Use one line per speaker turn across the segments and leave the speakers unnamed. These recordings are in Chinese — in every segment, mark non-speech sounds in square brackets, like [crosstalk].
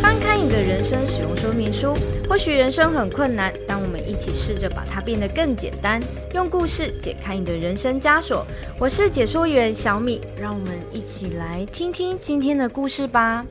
翻开你的人生使用说明书，或许人生很困难，但我们一起试着把它变得更简单，用故事解开你的人生枷锁。我是解说员小米，让我们一起来听听今天的故事吧。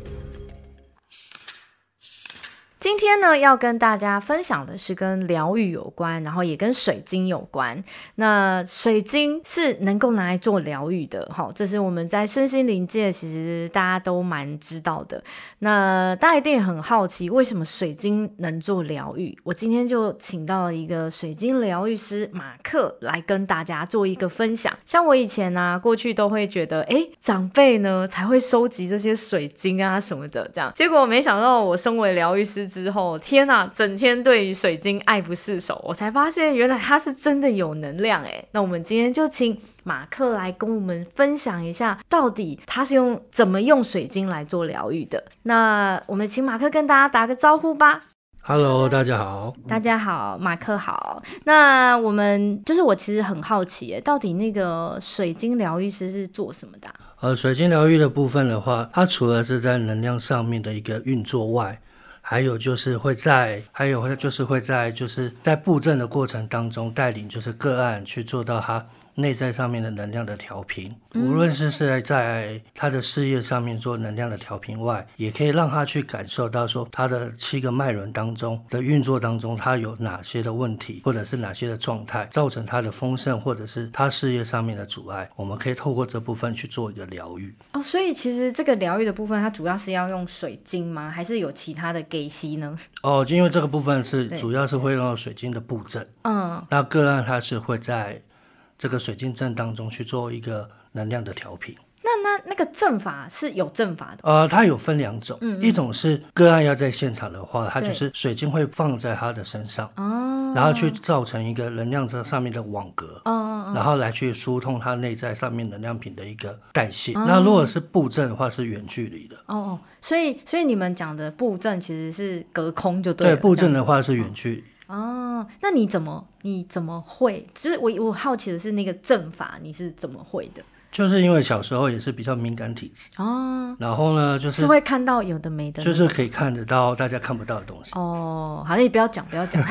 今天呢，要跟大家分享的是跟疗愈有关，然后也跟水晶有关。那水晶是能够拿来做疗愈的，哈，这是我们在身心灵界其实大家都蛮知道的。那大家一定也很好奇，为什么水晶能做疗愈？我今天就请到了一个水晶疗愈师马克来跟大家做一个分享。像我以前呢、啊，过去都会觉得，诶，长辈呢才会收集这些水晶啊什么的，这样。结果没想到，我身为疗愈师之后，天呐，整天对于水晶爱不释手，我才发现原来它是真的有能量诶。那我们今天就请。马克来跟我们分享一下，到底他是用怎么用水晶来做疗愈的。那我们请马克跟大家打个招呼吧。
Hello，大家好。
大家好，马克好。那我们就是我其实很好奇耶，到底那个水晶疗愈师是做什么的啊、
呃，水晶疗愈的部分的话，它除了是在能量上面的一个运作外，还有就是会在，还有会就是会在，就是在布阵的过程当中带领就是个案去做到它内在上面的能量的调频，
嗯
无论是是在他的事业上面做能量的调频外，也可以让他去感受到说他的七个脉轮当中的运作当中，他有哪些的问题，或者是哪些的状态，造成他的丰盛，或者是他事业上面的阻碍，我们可以透过这部分去做一个疗愈。
哦，所以其实这个疗愈的部分，它主要是要用水晶吗？还是有其他的给息呢？
哦，因为这个部分是
对
主要是会用到水晶的布阵，
嗯，
那个案它是会在这个水晶阵当中去做一个能量的调频。
那那那个阵法是有阵法的，
呃，它有分两种，
嗯嗯
一种是个案要在现场的话，它
对
就是水晶会放在他的身上，
哦，
然后去造成一个能量这上面的网格。
哦，
然后来去疏通它内在上面能量品的一个代谢。那如果是布阵的话，是远距离的。
哦哦，所以所以你们讲的布阵其实是隔空就
对
了，
布
这样
阵的话是远距离。
哦，那你怎么你怎么会？就是我我好奇的是那个阵法你是怎么会的？
就是因为小时候也是比较敏感体质，
哦，
然后呢，就是
是会看到有的没的那
就
种，
是可以看得到大家看不到的东西。
哦，好了，你不要讲不要
[laughs]
讲。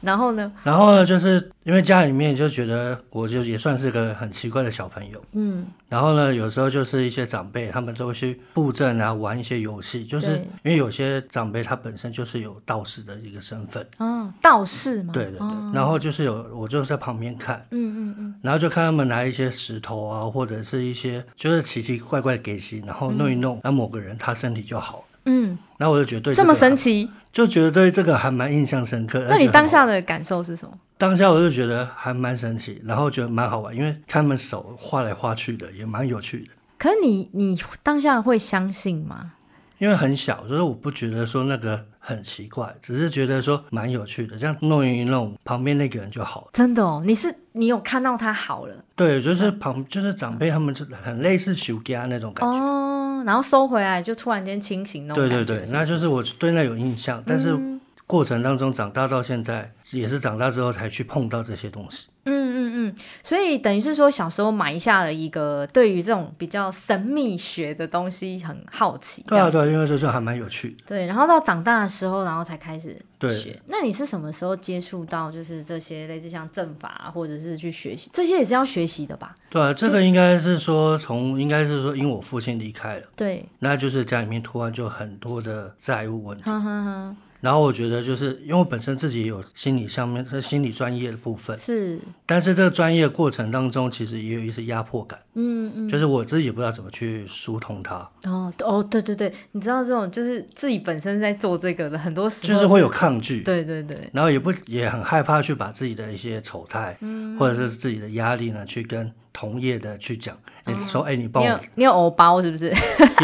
然后呢？
然后呢，就是因为家里面就觉得我就也算是个很奇怪的小朋友。
嗯，
然后呢，有时候就是一些长辈他们都会去布阵啊，玩一些游戏，就是
对
因为有些长辈他本身就是有道士的一个身份。
哦，道士吗？
对对对，
哦
然后就是有我就在旁边看，
嗯嗯嗯，
然后就看他们拿一些石头啊，或者是一些就是奇奇怪怪的给戏，然后弄一弄，那、某个人他身体就好了。
嗯，
然后我就觉得对
这么
个还
神，奇？
就觉得对这个还蛮印象深刻。而
那你
且
当
很
下
好
的感受是什么？
当下我就觉得还蛮神奇，然后觉得蛮好玩，因为看他们手画来画去的也蛮有趣的。
可是你你当下会相信吗？
因为很小，所以我不觉得说那个很奇怪，只是觉得说蛮有趣的，这样弄一弄，旁边那个人就好了。
真的哦，你是你有看到他好了
对，就是旁就是长辈他们就很类似修家那种感觉。
哦，然后收回来就突然间清醒那种
对
感
对
觉。
对，
是不
哦那
是
就是我对那有印象，但是
嗯
过程当中长大到现在，也是长大之后才去碰到这些东西。
嗯嗯嗯，所以等于是说，小时候埋下了一个对于这种比较神秘学的东西很好奇，这
对啊，
样子
对啊，因为这就还蛮有趣的。
对然后到长大的时候，然后才开始
对
学。那你是什么时候接触到就是这些类似像阵法啊或者是去学习这些也是要学习的吧？
对啊，这个应该是说从应该是说，因为我父亲离开了，
对，
那就是家里面突然就很多的债务问题。
哈哈哈，
然后我觉得就是因为我本身自己也有心理上面是心理专业的部分，
是，
但是这个专业过程当中，其实也有一些压迫感，
嗯嗯，
就是我自己也不知道怎么去疏通它，
哦哦，对对对，你知道这种就是自己本身在做这个的，很多时候
就是会有抗拒，
对对对，嗯
然后也不也很害怕去把自己的一些丑态，或者是自己的压力呢，去跟同业的去讲，你说哎，你帮
哦你
我
有你有偶包是不
[laughs]
是？ [laughs]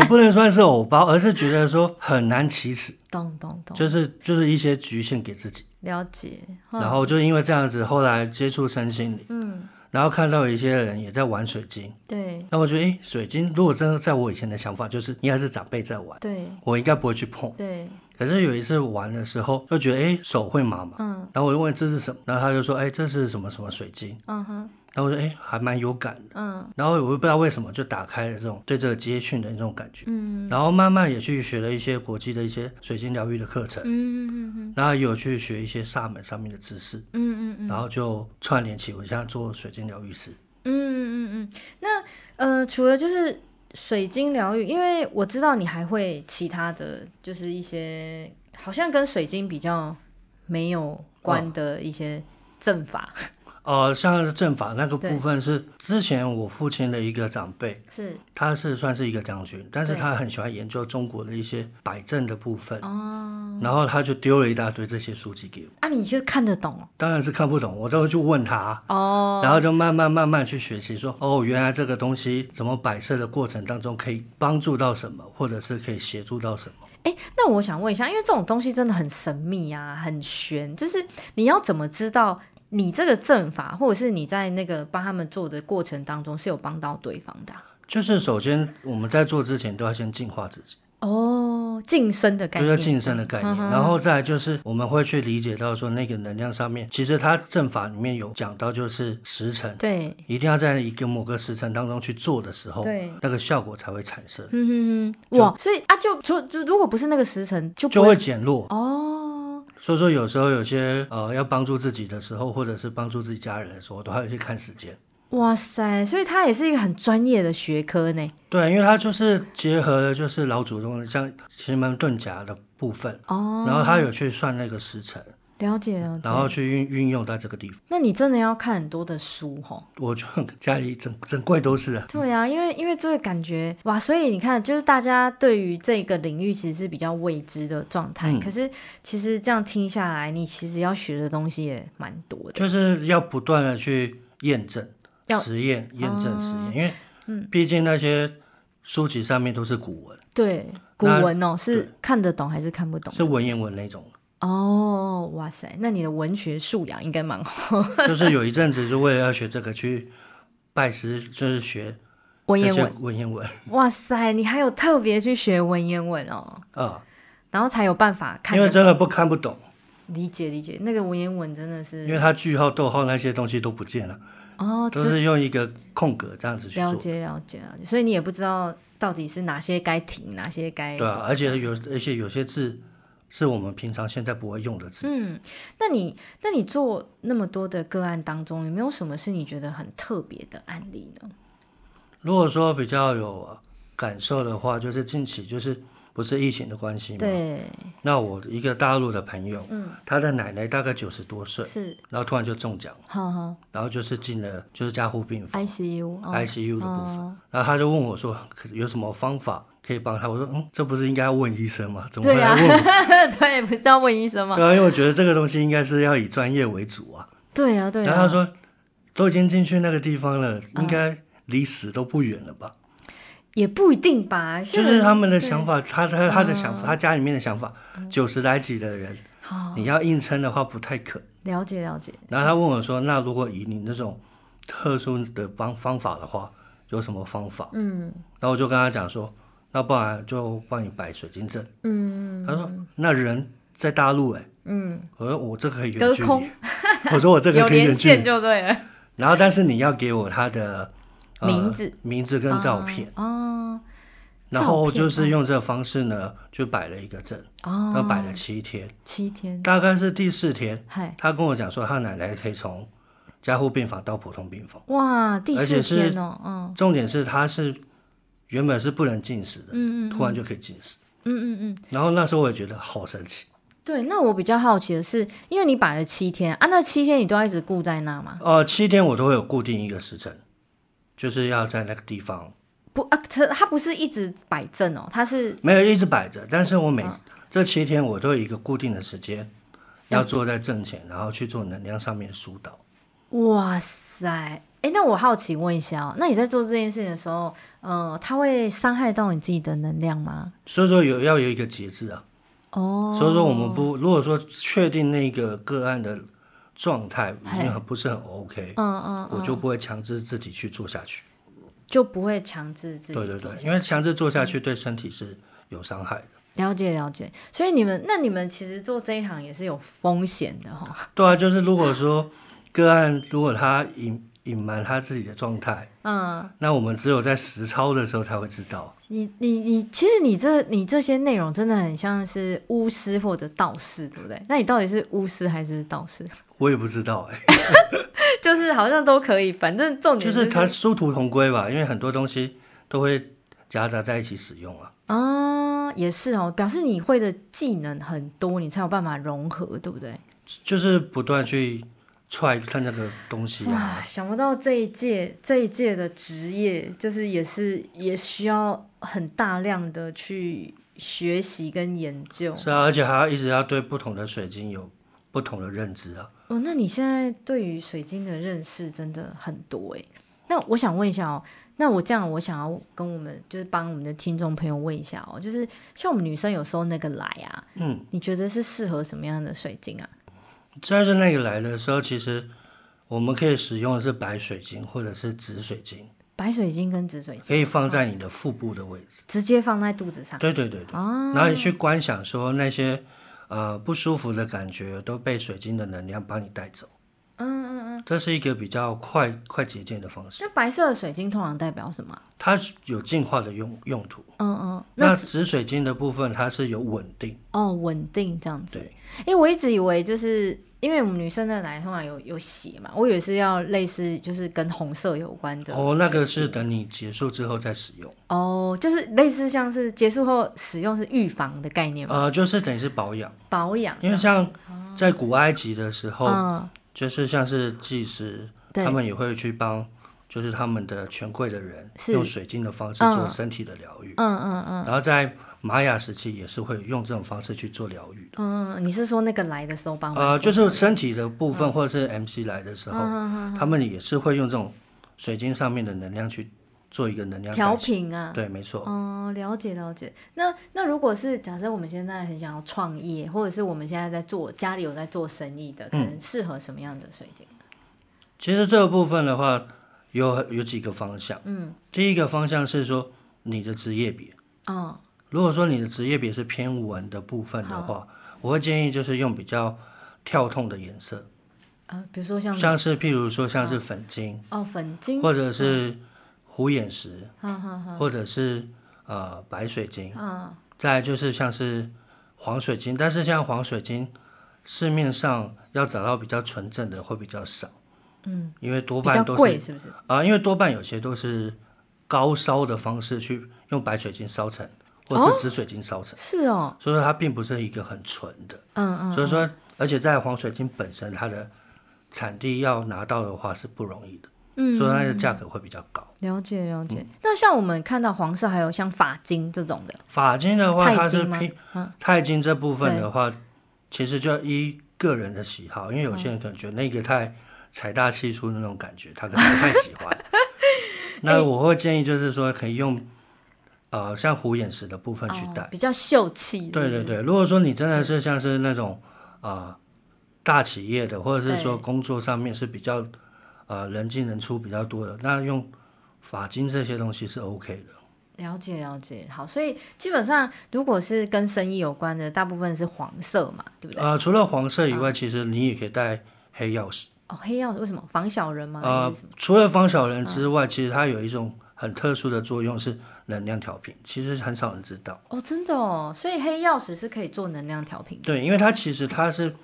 也不能算是偶包，而是觉得说很难启齿，
懂懂懂，
就是就是一些局限给自己。
了解。嗯
然后就因为这样子，后来接触身心灵，
嗯，
然后看到有一些人也在玩水晶，
对
那我觉得，诶，水晶如果真的在我以前的想法，就是应该是长辈在玩，
对
我应该不会去碰。
对，
可是有一次玩的时候，就觉得，诶，手会麻麻。
嗯
然后我就问这是什么，然后他就说，诶，这是什么什么水晶。
嗯哼
然后我说，诶，还蛮有感的。
嗯
然后我又不知道为什么就打开了这种对这个接讯的那种感觉。
嗯
然后慢慢也去学了一些国际的一些水晶疗愈的课程，
嗯嗯
然后也有去学一些萨满上面的知识，
嗯嗯，
然后就串联起我现在做水晶疗愈师。
嗯嗯嗯，那呃，除了就是水晶疗愈，因为我知道你还会其他的就是一些好像跟水晶比较没
哦
有关的一些阵法，
呃，像是阵法那个
对
部分是之前我父亲的一个长辈，
是
他是算是一个将军，但是
对
他很喜欢研究中国的一些摆阵的部分，
哦，
然后他就丢了一大堆这些书籍给我，
啊，你是看得懂哦
当然是看不懂，我都会去问他。
哦，
然后就慢慢慢慢去学习说，哦，原来这个东西怎么摆设的过程当中可以帮助到什么，或者是可以协助到什么。
哎，那我想问一下，因为这种东西真的很神秘啊，很玄，就是你要怎么知道你这个阵法，或者是你在那个帮他们做的过程当中是有帮到对方的啊、
就是首先我们在做之前都要先净化自己，
哦，晋升的概
这
念，嗯
叫晋升的概念。然后再来就是我们会去理解到说那个能量上面，其实它正法里面有讲到就是时辰，
对，
一定要在一个某个时辰当中去做的时候，
对
那个效果才会产生，
嗯哼哼，哇，所以啊，就就就如果不是那个时辰，就
就
不
会
会
减弱。
哦，
所以说有时候有些呃要帮助自己的时候，或者是帮助自己家人的时候，都还要去看时间。
哇塞，所以它也是一个很专业的学科呢。
对，因为它就是结合了就是老祖宗像奇门遁甲的部分，
哦，
然后他有去算那个时辰，
了解了解
然。后去运运用在这个地方。
那你真的要看很多的书哦。
我就家里整整柜都是啊。
对啊，因为因为这个感觉哇，所以你看，就是大家对于这个领域其实是比较未知的状态。
嗯
可是其实这样听下来，你其实要学的东西也蛮多的。
就是要不断的去验证
要、哦嗯
实验、验证、实验，因为毕竟那些书籍上面都是古文，
对，古
那
文哦，是看得懂还是看不懂？
是文言文那种。
哦，哇塞，那你的文学素养应该蛮
[laughs]
好。
就是有一阵子就为了要学这个去拜师，就是学
文
这
言
些
文，
文言文
哇塞，你还有特别去学文言文哦，
啊，
然后才有办法看
因为
得
真的不看不懂，
理解理解那个文言文真的
因为
是
它句号、逗号那些东西都不见了，
哦，
都
知
是用一个空格这样子去
了
做。
解了解了解，所以你也不知道到底是哪些该停，哪些该
对
什
啊
么，
而且有而且有些字是我们平常现在不会用的字，
嗯，那你那你做那么多的个案当中，有没有什么是你觉得很特别的案例呢？
如果说比较有呃感受的话，就是近期就是不是疫情的关系嘛，
对，
那我一个大陆的朋友，嗯，他的奶奶大概九十多岁，
是，
然后突然就中奖，
哈哈
然后就是进了就是加护病房、
，ICU，哦
ICU 的部分，
哦
然后他就问我说可有什么方法可以帮他？我说嗯，这不是应该要问医生吗？怎么会
对
来
啊
问
[laughs]
我？对啊，
对，不是要问医生吗？
因为我觉得这个东西应该是要以专业为主啊。
对啊，对啊。嗯
然后他说都已经进去那个地方了，应该离死都不远了吧？
也不一定吧，
就
有
是
人
他们的想法，他他他的想法，他家里面的想法，九十来几的人，
哦嗯好
你要硬撑的话不太可能。
了解了解。
然后他问我说：“那如果以你那种特殊的方方法的话，有什么方法
嗯？”
然后我就跟他讲说：“那不然就帮你摆水晶阵。
嗯
他说：“那人在大陆哎、
嗯，
我说：“我这可以远
隔
距
空
离。” [laughs] 我说：“我这个
有
可以远
连
距
线
离。
就对了。”
然后但是你要给我他的、呃
名字、
名字跟照片。
哦
然后
照片嗯
就是用这个方式呢，就摆了一个阵，然后
哦，
摆了七天，
七天，
大概是第四天，
嗨，
他跟我讲说，他奶奶可以从加护病房到普通病房。
哇，第
而
四
且是
天哦，嗯
重点是他是原本是不能进食的，
嗯嗯
突然就可以进食。
嗯嗯嗯。
然后那时候我也觉得好神奇
对，那我比较好奇的是，因为你摆了七天啊，那七天你都要一直顾在那吗？
呃，七天我都会有固定一个时辰，就是要在那个地方，
不啊，它它不是一直摆正哦，它是
没有一直摆着，但是我每、
嗯
这七天我都有一个固定的时间，要坐在正前，然后去做能量上面的疏导。
哇塞，哎、哎，那我好奇问一下哦，那你在做这件事情的时候，呃，它会伤害到你自己的能量吗？
所以说有要有一个节制啊。
哦，
所以说我们不，如果说确定那个个案的状态已
嘿
经很不是很 OK，
哎嗯嗯，
我就
嗯
不会强制自己去做下去。
就不会强制自己
对对
做
对，
下
因为强制做下
嗯
去对身体是有伤害的。
了解了解，所以你们那你们其实做这一行也是有风险的哦哈、
对啊，就是如果说个案如果他隐隐瞒他自己的状态，
嗯，
那我们只有在实操的时候才会知道。
你你你，其实你这你这些内容真的很像是巫师或者道士，对不对？那你到底是巫师还是道士？ [laughs]
我也不知道哎、
就是好像都可以，反正重点
就是它殊途同归吧，因为很多东西都会夹杂在一起使用啊。
啊、也是哦，表示你会的技能很多，你才有办法融合，对不对？
就是不断去踹看那个东西
哇，
啊。
想不到这一届这一届的职业，就是也是也需要很大量的去学习跟研究。
是啊，而且还要一直要对不同的水晶有不同的认知啊。
哦，那你现在对于水晶的认识真的很多诶。那我想问一下哦，那我这样我想要跟我们就是帮我们的听众朋友问一下哦，就是像我们女生有时候那个来啊，
嗯，
你觉得是适合什么样的水晶啊？
在这那个来的时候，其实我们可以使用的是白水晶或者是紫水晶，
白水晶跟紫水晶
可以放在你的腹部的位置。
直接放在肚子上
对对对对。
啊，
然后你去观想说那些呃不舒服的感觉都被水晶的能量帮你带走，
嗯嗯嗯。
这是一个比较快快捷键的方式。
那白色的水晶通常代表什么啊？
它有净化的用用途。
嗯嗯，
那
那
紫水晶的部分，它是有稳定，
哦，稳定这样子。
对
因为我一直以为就是因为我们女生的来通常有有血嘛，我以为是要类似就是跟红色有关的
哦，那个
水
是
晶
等你结束之后再使用，
哦，就是类似像是结束后使用是预防的概念嘛，
呃，就是等于是保养，
保养这
因为
样。
像在古埃及的时候，
哦嗯，
就是像是祭司，
对
他们也会去帮，就是他们的权贵的人
是
用水晶的方式
嗯
做身体的疗愈，
嗯嗯嗯
然后在玛雅时期也是会用这种方式去做疗愈的，
嗯，你是说那个来的时候帮我们
呃，
做
就是哦身体的部分或者是 MC 来的时候，
嗯嗯嗯
他们也是会用这种水晶上面的能量去做一个能量
调
代谢。
频啊？
对，没错。
哦，了解了解。那那如果是假设我们现在很想要创业，或者是我们现在在做家里有在做生意的，可
嗯
能适合什么样的水晶？
其实这个部分的话，有有几个方向。
嗯，
第一个方向是说你的职业别，
哦，
如果说你的职业别是偏文的部分的话，我会建议就是用比较跳痛的颜色，
呃，比如说像
像是譬如说像是粉晶，
哦粉晶，
或者是虎眼石，
哈哈嗯啊哈，
或者是呃白水晶，
嗯
再来就是像是黄水晶，但是像黄水晶，市面上要找到比较纯正的会比较少，
嗯，
因为多
比较
半都是
贵是不是？
啊、因为多半有些都是高烧的方式去用白水晶烧成，或
哦
是紫水晶烧成，
是哦，
所以说它并不是一个很纯的。
嗯嗯，
所以说，而且在黄水晶本身它的产地要拿到的话是不容易的，
嗯，
所以它的价格会比较高。
了解了解。
嗯
那像我们看到黄色，还有像发晶这种的，
法金的话，
钛
它是
金吗
拼？
嗯
钛金这部分的话，其实就依个人的喜好，因为有些人可能觉得那个太财大气粗那种感觉，他可能不太喜
[laughs]
欢。
哎
那我会建议就是说，可以用呃像虎眼石的部分去
哦
带。
比较秀气。
对
是
对
不是，
对，如果说你真的是像是那种啊、呃大企业的，或者是说
对
工作上面是比较呃人进人出比较多的，那用法金这些东西是 OK 的。
了解了解。好，所以基本上如果是跟生意有关的，大部分是黄色嘛，对不对？
呃，除了黄色以外，其实你也可以带黑曜石。
哦，黑曜石为什么防小人吗？还
呃
是什么？，嗯
除了防小人之外，其实它有一种很特殊的作用是能量调频，其实很少人知道。
哦，真的哦，所以黑曜石是可以做能量调频的。
对，因为它其实它是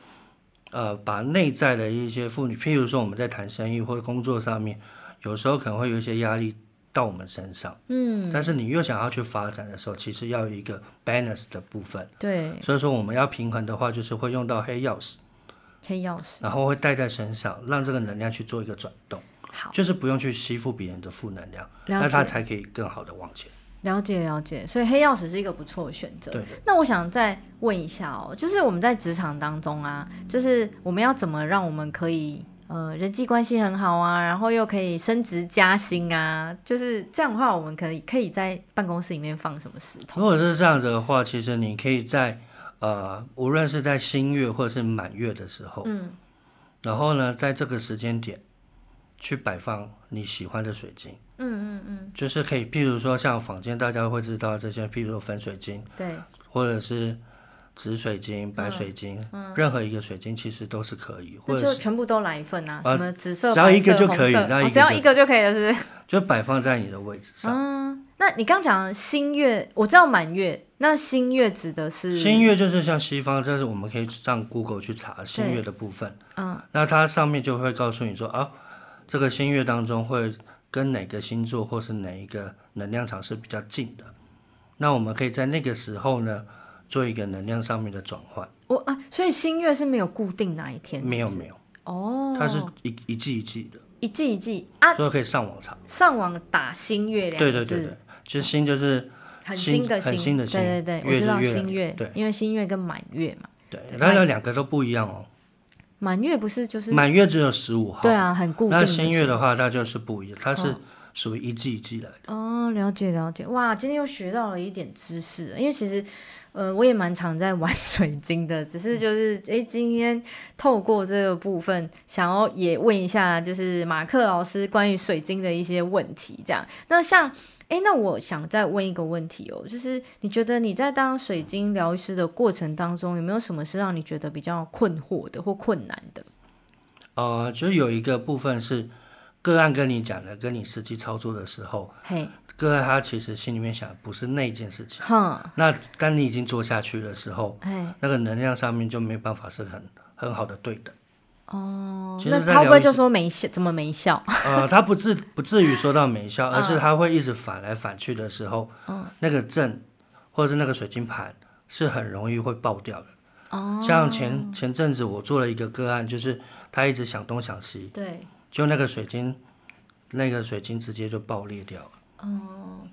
呃把内在的一些妇女，譬如说我们在谈生意或者工作上面，有时候可能会有一些压力到我们身上，
嗯，
但是你又想要去发展的时候，其实要有一个 balance 的部分。
对，
所以说我们要平衡的话，就是会用到黑曜石，
黑曜石。
然后会带在身上，让这个能量去做一个转动。
好，
就是不用去吸附别人的负能量，
了
那他
解
才可以更好的往前。
了解了解，所以黑曜石是一个不错的选择。
对，
那我想再问一下哦，就是我们在职场当中啊，就是我们要怎么让我们可以呃人际关系很好啊，然后又可以升职加薪啊，就是这样的话，我们可以可以在办公室里面放什么石头？
如果是这样子的话，其实你可以在呃，无论是在新月或者是满月的时候，
嗯，
然后呢，在这个时间点去摆放你喜欢的水晶，
嗯嗯嗯，
就是可以，譬如说像坊间大家会知道这些，譬如说粉水晶
对，
或者是紫水晶、白水晶，任何一个水晶其实都是可以，
嗯那
或者
就是全部都来一份啊，
呃
什么紫色、
只要一个
白色
就可以
红色
只要一
哦
个
只要
就
一个就可以了，是不是？
就摆放在你的位置上。
嗯，那你刚讲新月，我知道满月，那新月指的是
新，月就是像西方，但是我们可以上 Google 去查新月的部分。
嗯，
那它上面就会告诉你说啊，这个新月当中会跟哪个星座或是哪一个能量场是比较近的。那我们可以在那个时候呢，做一个能量上面的转换。
我啊，所以新月是没有固定哪一天，
没有
是不
没
是
有，
哦，
它是一一季一季的，
一季一季啊，
所以可以上网查。
上网打新月两
对
个
对对
字
对，其实新就是
很
新
新的
很新的新
对对对，我
月
知
是
道
月亮
新月，
对
因为新月跟满月嘛，
对，
对
然后两个都不一样哦。
满月不是就是
满月只有十五号，
对啊，很固定
那
的
新月
是
的话，它就是不一样，它是
哦
属于一季一季来的。
哦，了解了解，哇，今天又学到了一点知识了，因为其实，呃，我也蛮常在玩 [laughs] 水晶的，只
嗯
是就是，诶，今天透过这个部分，想要也问一下，就是马克老师关于水晶的一些问题，这样。那像，诶，那我想再问一个问题哦，就是你觉得你在当水晶疗愈师的过程当中，有没有什么是让你觉得比较困惑的或困难的？
呃，就是有一个部分是个案跟你讲的，跟你实际操作的时候，
嘿，
个案他其实心里面想的不是那件事情。
哼，
那当你已经做下去的时候，
哎，
那个能量上面就没办法是很很好的对等。
哦，
其实
那
在
他会不
疗
会
愈
就
师
说没效？怎么没 [laughs] 效？
呃，他不至不至于说到没效，而是他会一直反来反去的时候，那个阵或者是那个水晶盘是很容易会爆掉的。
哦，
像前前阵子我做了一个个案，就是他一直想东想西，
对。
就那个水晶，那个水晶直接就爆裂掉了。
哦，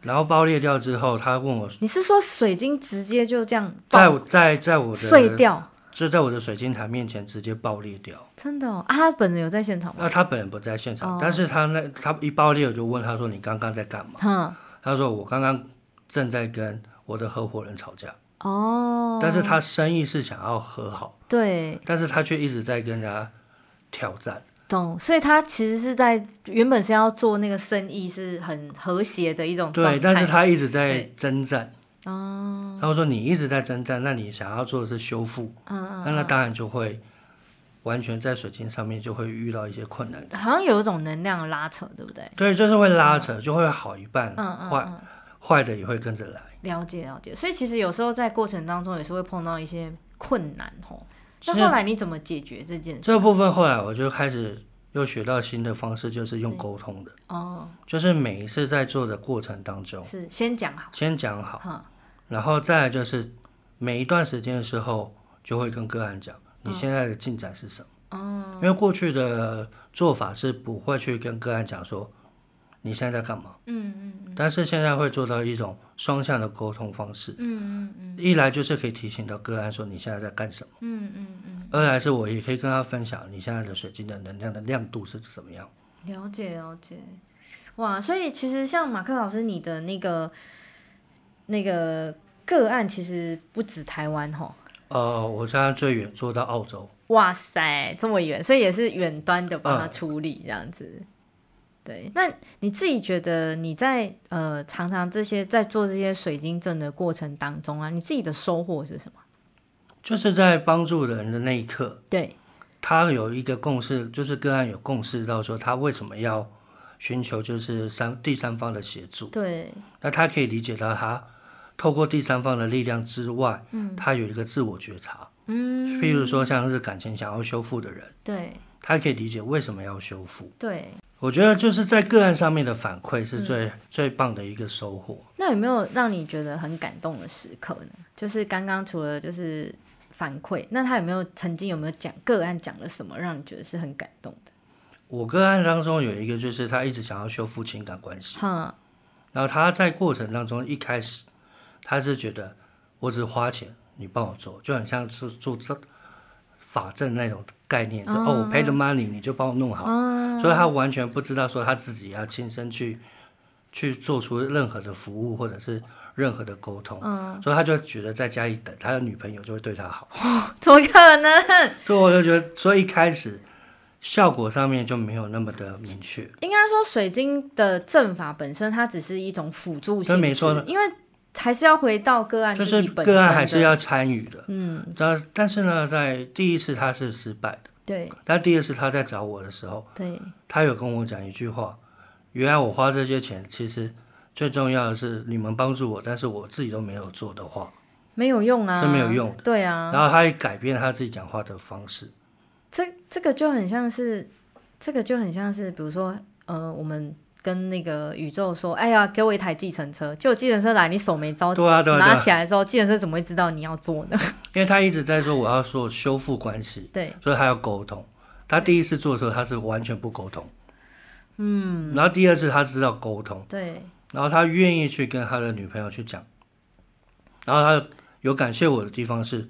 然后爆裂掉之后，他问我，
你是说水晶直接就这样
在
爆
我在在我的
碎，掉？
就在我的水晶坛面前直接爆裂掉。
真的哦啊？他本人有在现场吗？
那他本人不在现场，
哦
但是他那他一爆裂，我就问他说：“你刚刚在干嘛
哼，？”
他说：“我刚刚正在跟我的合伙人吵架，
哦，
但是他生意是想要和好，
对
但是他却一直在跟人家挑战。
懂，所以他其实是在原本是要做那个生意，是很和谐的一种哦状态。
对，但是他一直在
对
征战。
哦，
他说：‘你一直在征战，那你想要做的是修复。’
嗯
那
嗯
那当然就会完全在水晶上面就会遇到一些困难。
嗯，好像有一种能量拉扯，对不对？
对，就是会拉扯，就会好一半，
嗯嗯
坏
嗯，
坏的也会跟着来。
了解了解。所以其实有时候在过程当中也是会碰到一些困难哦。
其
那
实
后来你怎么解决这件事？
这部分后来我就开始又学到新的方式，就是用沟通的，
哦，
就是每一次在做的过程当中，
是先讲好，
先讲好，
哈，
然后再来就是每一段时间的时候，就会跟个案讲
嗯
你现在的进展是什么。
哦，
因为过去的做法是不会去跟个案讲说你现在在干嘛。
嗯嗯
但是现在会做到一种双向的沟通方式，
嗯嗯嗯
一来就是可以提醒到个案说你现在在干什么，
嗯嗯嗯。
二来是我也可以跟他分享你现在的水晶的能量的亮度是怎么样。
了解了解，哇！所以其实像马克老师，你的那个那个个案，其实不止台湾吼。
呃，我现在最远做到澳洲，
哇塞，这么远，所以也是远端的帮他
嗯
处理这样子。对，那你自己觉得你在呃常常这些在做这些水晶阵的过程当中啊，你自己的收获是什么？
就是在帮助人的那一刻，
对，
他有一个共识，就是个案有共识到说他为什么要寻求就是三第三方的协助，
对，
那他可以理解到他透过第三方的力量之外，嗯，他有一个自我觉察，
嗯，
譬如说像是感情想要修复的人。
对
他可以理解为什么要修复。
对，
我觉得就是在个案上面的反馈是最、最棒的一个收获。
那有没有让你觉得很感动的时刻呢？就是刚刚除了就是反馈，那他有没有曾经有没有讲个案讲了什么让你觉得是很感动的？
我个案当中有一个就是他一直想要修复情感关系，
哈，
然后他在过程当中一开始他是觉得我只是花钱，你帮我做，就很像是住这法阵那种概念，就
哦
哦，我 pay the money，你就帮我弄好。
哦
所以他完全不知道说他自己要亲身去去做出任何的服务或者是任何的沟通，
嗯
所以他就觉得在家里等他的女朋友就会对他好，
怎么可能？
所以我就觉得，所以一开始效果上面就没有那么的明确。
应该说水晶的阵法本身，它只是一种辅助性质，
对没错
因为还是要回到个案
就
自
是
己本身
个案还是
的
要参与的，
嗯，
但但是呢，在第一次他是失败的，
对
但第二次他在找我的时候，
对，
他有跟我讲一句话，原来我花这些钱，其实最重要的是你们帮助我，但是我自己都没有做的话，
没有用啊，
是没有用
对啊，
然后他也改变他自己讲话的方式，
这这个就很像是，这个就很像是，比如说，呃，我们跟那个宇宙说，哎呀，给我一台计程车，结果计程车来，你手没招，
对啊对啊对啊
拿起来之后，计程车怎么会知道你要做
[laughs]
呢？
因为他一直在说我要说修复关系，
对，
所以他要沟通。他第一次做的时候，他是完全不沟通，嗯，然后第二次他知道沟通，
对，
然后他愿意去跟他的女朋友去讲，然后他有感谢我的地方是，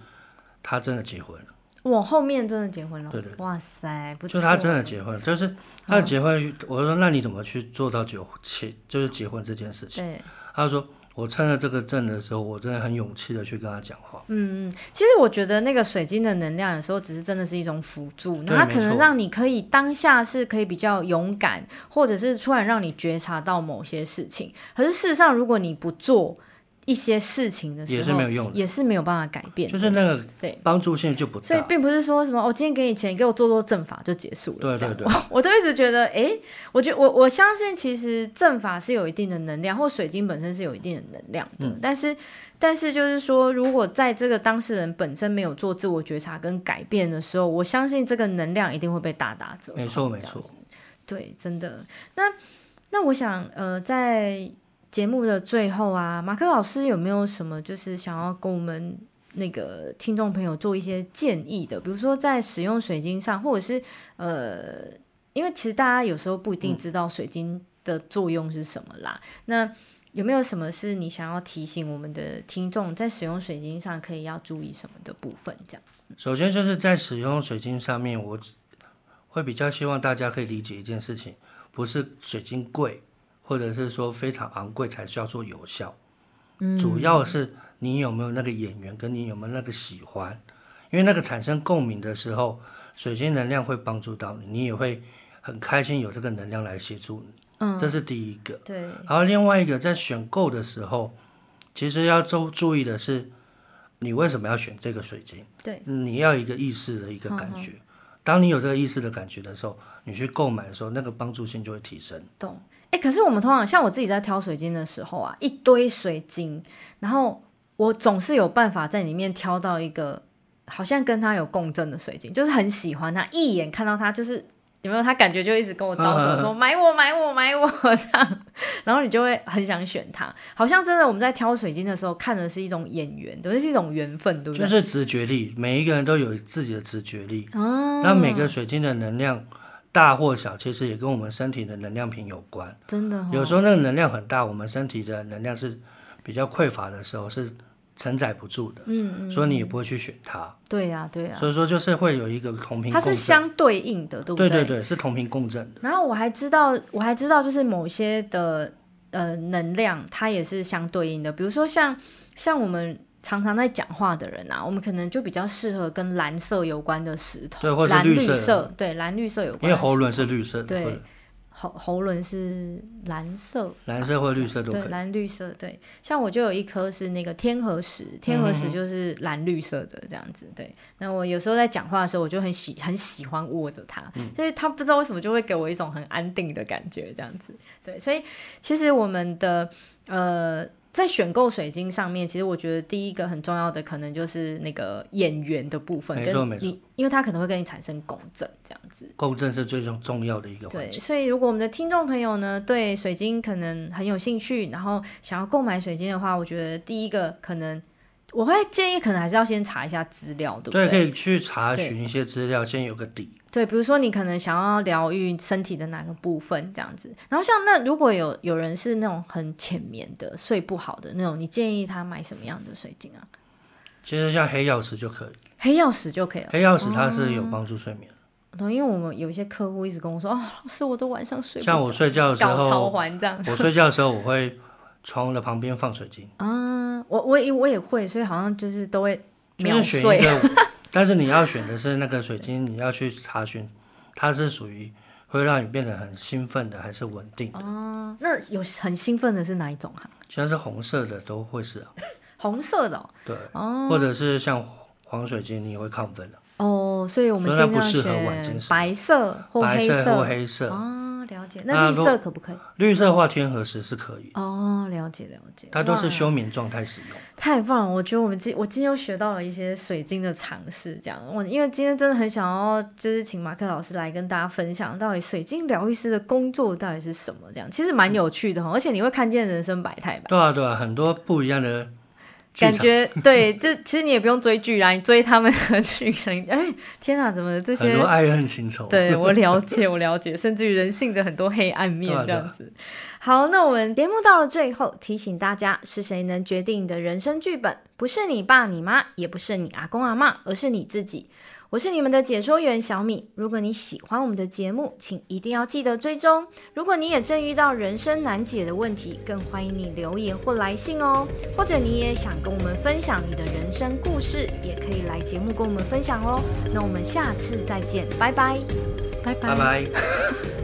他真的结婚了，
我后面真的结婚了，
对对
哇塞，不错，
就是他真的结婚了，就是他的结婚，我说那你怎么去做到结结就是结婚这件事情？
对，
他说我趁着这个证的时候，我真的很勇气的去跟他讲话，
嗯嗯，其实我觉得那个水晶的能量有时候只是真的是一种辅助，那
对
它可
没
能
错
让你可以当下是可以比较勇敢，或者是突然让你觉察到某些事情。可是事实上，如果你不做一些事情的时候，
也是没有用的
也是没有办法改变的。
就是那啊个
对
帮助性就不大，
所以并不是说什么我、哦今天给你钱，你给我做做正法就结束了。
对
这样
对对
我我都一直觉得，诶，我觉我我相信其实正法是有一定的能量，或水晶本身是有一定的能量
嗯
的。但是但是就是说，如果在这个当事人本身没有做自我觉察跟改变的时候，我相信这个能量一定会被大打折扣。
没错没
这样
错
子。对，真的。那那我想，呃，在节目的最后啊，马克老师有没有什么就是想要跟我们那个听众朋友做一些建议的？比如说在使用水晶上，或者是呃，因为其实大家有时候不一
嗯
定知道水晶的作用是什么啦。那有没有什么是你想要提醒我们的听众在使用水晶上可以要注意什么的部分？这样，
首先就是在使用水晶上面，我会比较希望大家可以理解一件事情，不是水晶贵，或者是说非常昂贵才叫做有效，
嗯
主要是你有没有那个眼缘，跟你有没有那个喜欢，因为那个产生共鸣的时候，水晶能量会帮助到你，你也会很开心有这个能量来协助你，
嗯，
这是第一个。
对，
然后另外一个在选购的时候，其实要注注意的是，你为什么要选这个水晶？
对，
你要有一个意识的一
嗯
个感觉。当你有这个意识的感觉的时候，你去购买的时候，那个帮助性就会提升。
懂。哎、可是我们通常像我自己在挑水晶的时候啊，一堆水晶，然后我总是有办法在里面挑到一个好像跟它有共振的水晶，就是很喜欢它，一眼看到它就是。有没有他感觉就一直跟我招
嗯
手说买我买我买我 [laughs] 这样，然后你就会很想选它。好像真的我们在挑水晶的时候看的是一种眼缘，对，是一种缘分，对不
就
对？
是直觉力，每一个人都有自己的直觉力。
哦，
那每个水晶的能量大或小，其实也跟我们身体的能量瓶有关。
真的、哦、
有时候那个能量很大，我们身体的能量是比较匮乏的时候，是承载不住的，
嗯嗯，
所以你也不会去选它。
对呀、对呀、
所以说就是会有一个同频
它
共振。
是相对应的，对不
对
对
对，是同频共振的。
然后我还知道，我还知道，就是某些的呃能量，它也是相对应的。比如说像像我们常常在讲话的人啊，我们可能就比较适合跟蓝色有关的石头，
对或者是
蓝
绿
绿
色的
对蓝绿色有
因
关
为
的石头
喉轮是绿色的，
对
或者
喉喉轮是蓝色。
蓝色或绿色都可
对，
以。
蓝绿色，对，像我就有一颗是那个天河石，天河
嗯
石就是蓝绿色的这样子，对。那我有时候在讲话的时候，我就很喜很喜欢握着它，
嗯
所以它不知道为什么就会给我一种很安定的感觉，这样子，对。所以其实我们的呃。在选购水晶上面，其实我觉得第一个很重要的可能就是那个眼缘的部分，
没
跟
错没错
你，因为它可能会跟你产生共振这样子。
共振是最重重要的一个环
对，
节。
所以如果我们的听众朋友呢，对水晶可能很有兴趣，然后想要购买水晶的话，我觉得第一个可能我会建议，可能还是要先查一下资料，对不
对，
对？
可
对，
以去查询一些资料，先有个底。
比如说你可能想要疗愈身体的哪个部分这样子，然后像那如果有有人是那种很浅眠的、睡不好的那种，你建议他买什么样的水晶啊？
其实像黑曜石就可以，
黑曜石就可以了。
黑曜石它是有帮助睡眠。
哦对，因为我们有一些客户一直跟我说，哦，老师，我都晚上睡不着，
像我睡觉的时
搞超
候，
环这样。
我睡觉的时候我会床的旁边放水晶，
啊，我我也我也会，所以好像就是都会
就
[laughs] 秒
是选一
睡。
个，
[laughs]
但是你要选的是那个水晶，你要去查询，它是属于会让你变得很兴奋的，还是稳定的？
啊，那有很兴奋的是哪一种哈、
像是红色的都会是啊，
红色的哦
对，
哦
或者是像黄水晶，你也会亢奋的，
哦，所以我们
所以它
尽
不
量
适合
选
晚间睡
白色或
白
黑
色
色。
或黑色，
哦，了解。
那
那绿
如
色可不可以？
绿色的话天河石是可以，
哦，了解了解。
它都
哇
是休眠状态使用。
太棒了！我觉得我们今我今天又学到了一些水晶的常识，这样我因为今天真的很想要，就是请马克老师来跟大家分享到底水晶疗愈师的工作到底是什么，这样其实
嗯
蛮有趣的哈、而且你会看见人生百态吧。
对啊，对啊，很多不一样的剧
感
场
觉对，这其实你也不用追剧啦，你追他们的剧情，哎，天啊，怎么这
很
些
多爱恨情仇。
对我了解，我了解，甚至于人性的很多黑暗面
[laughs] 对啊
这
对啊
样子。好，那我们节目到了最后，提醒大家，是谁能决定你的人生剧本？不是你爸、你妈，也不是你阿公阿妈，而是你自己。我是你们的解说员小米。如果你喜欢我们的节目，请一定要记得追踪。如果你也正遇到人生难解的问题，更欢迎你留言或来信哦。或者你也想跟我们分享你的人生故事，也可以来节目跟我们分享哦。那我们下次再见，拜拜，拜拜，
拜拜。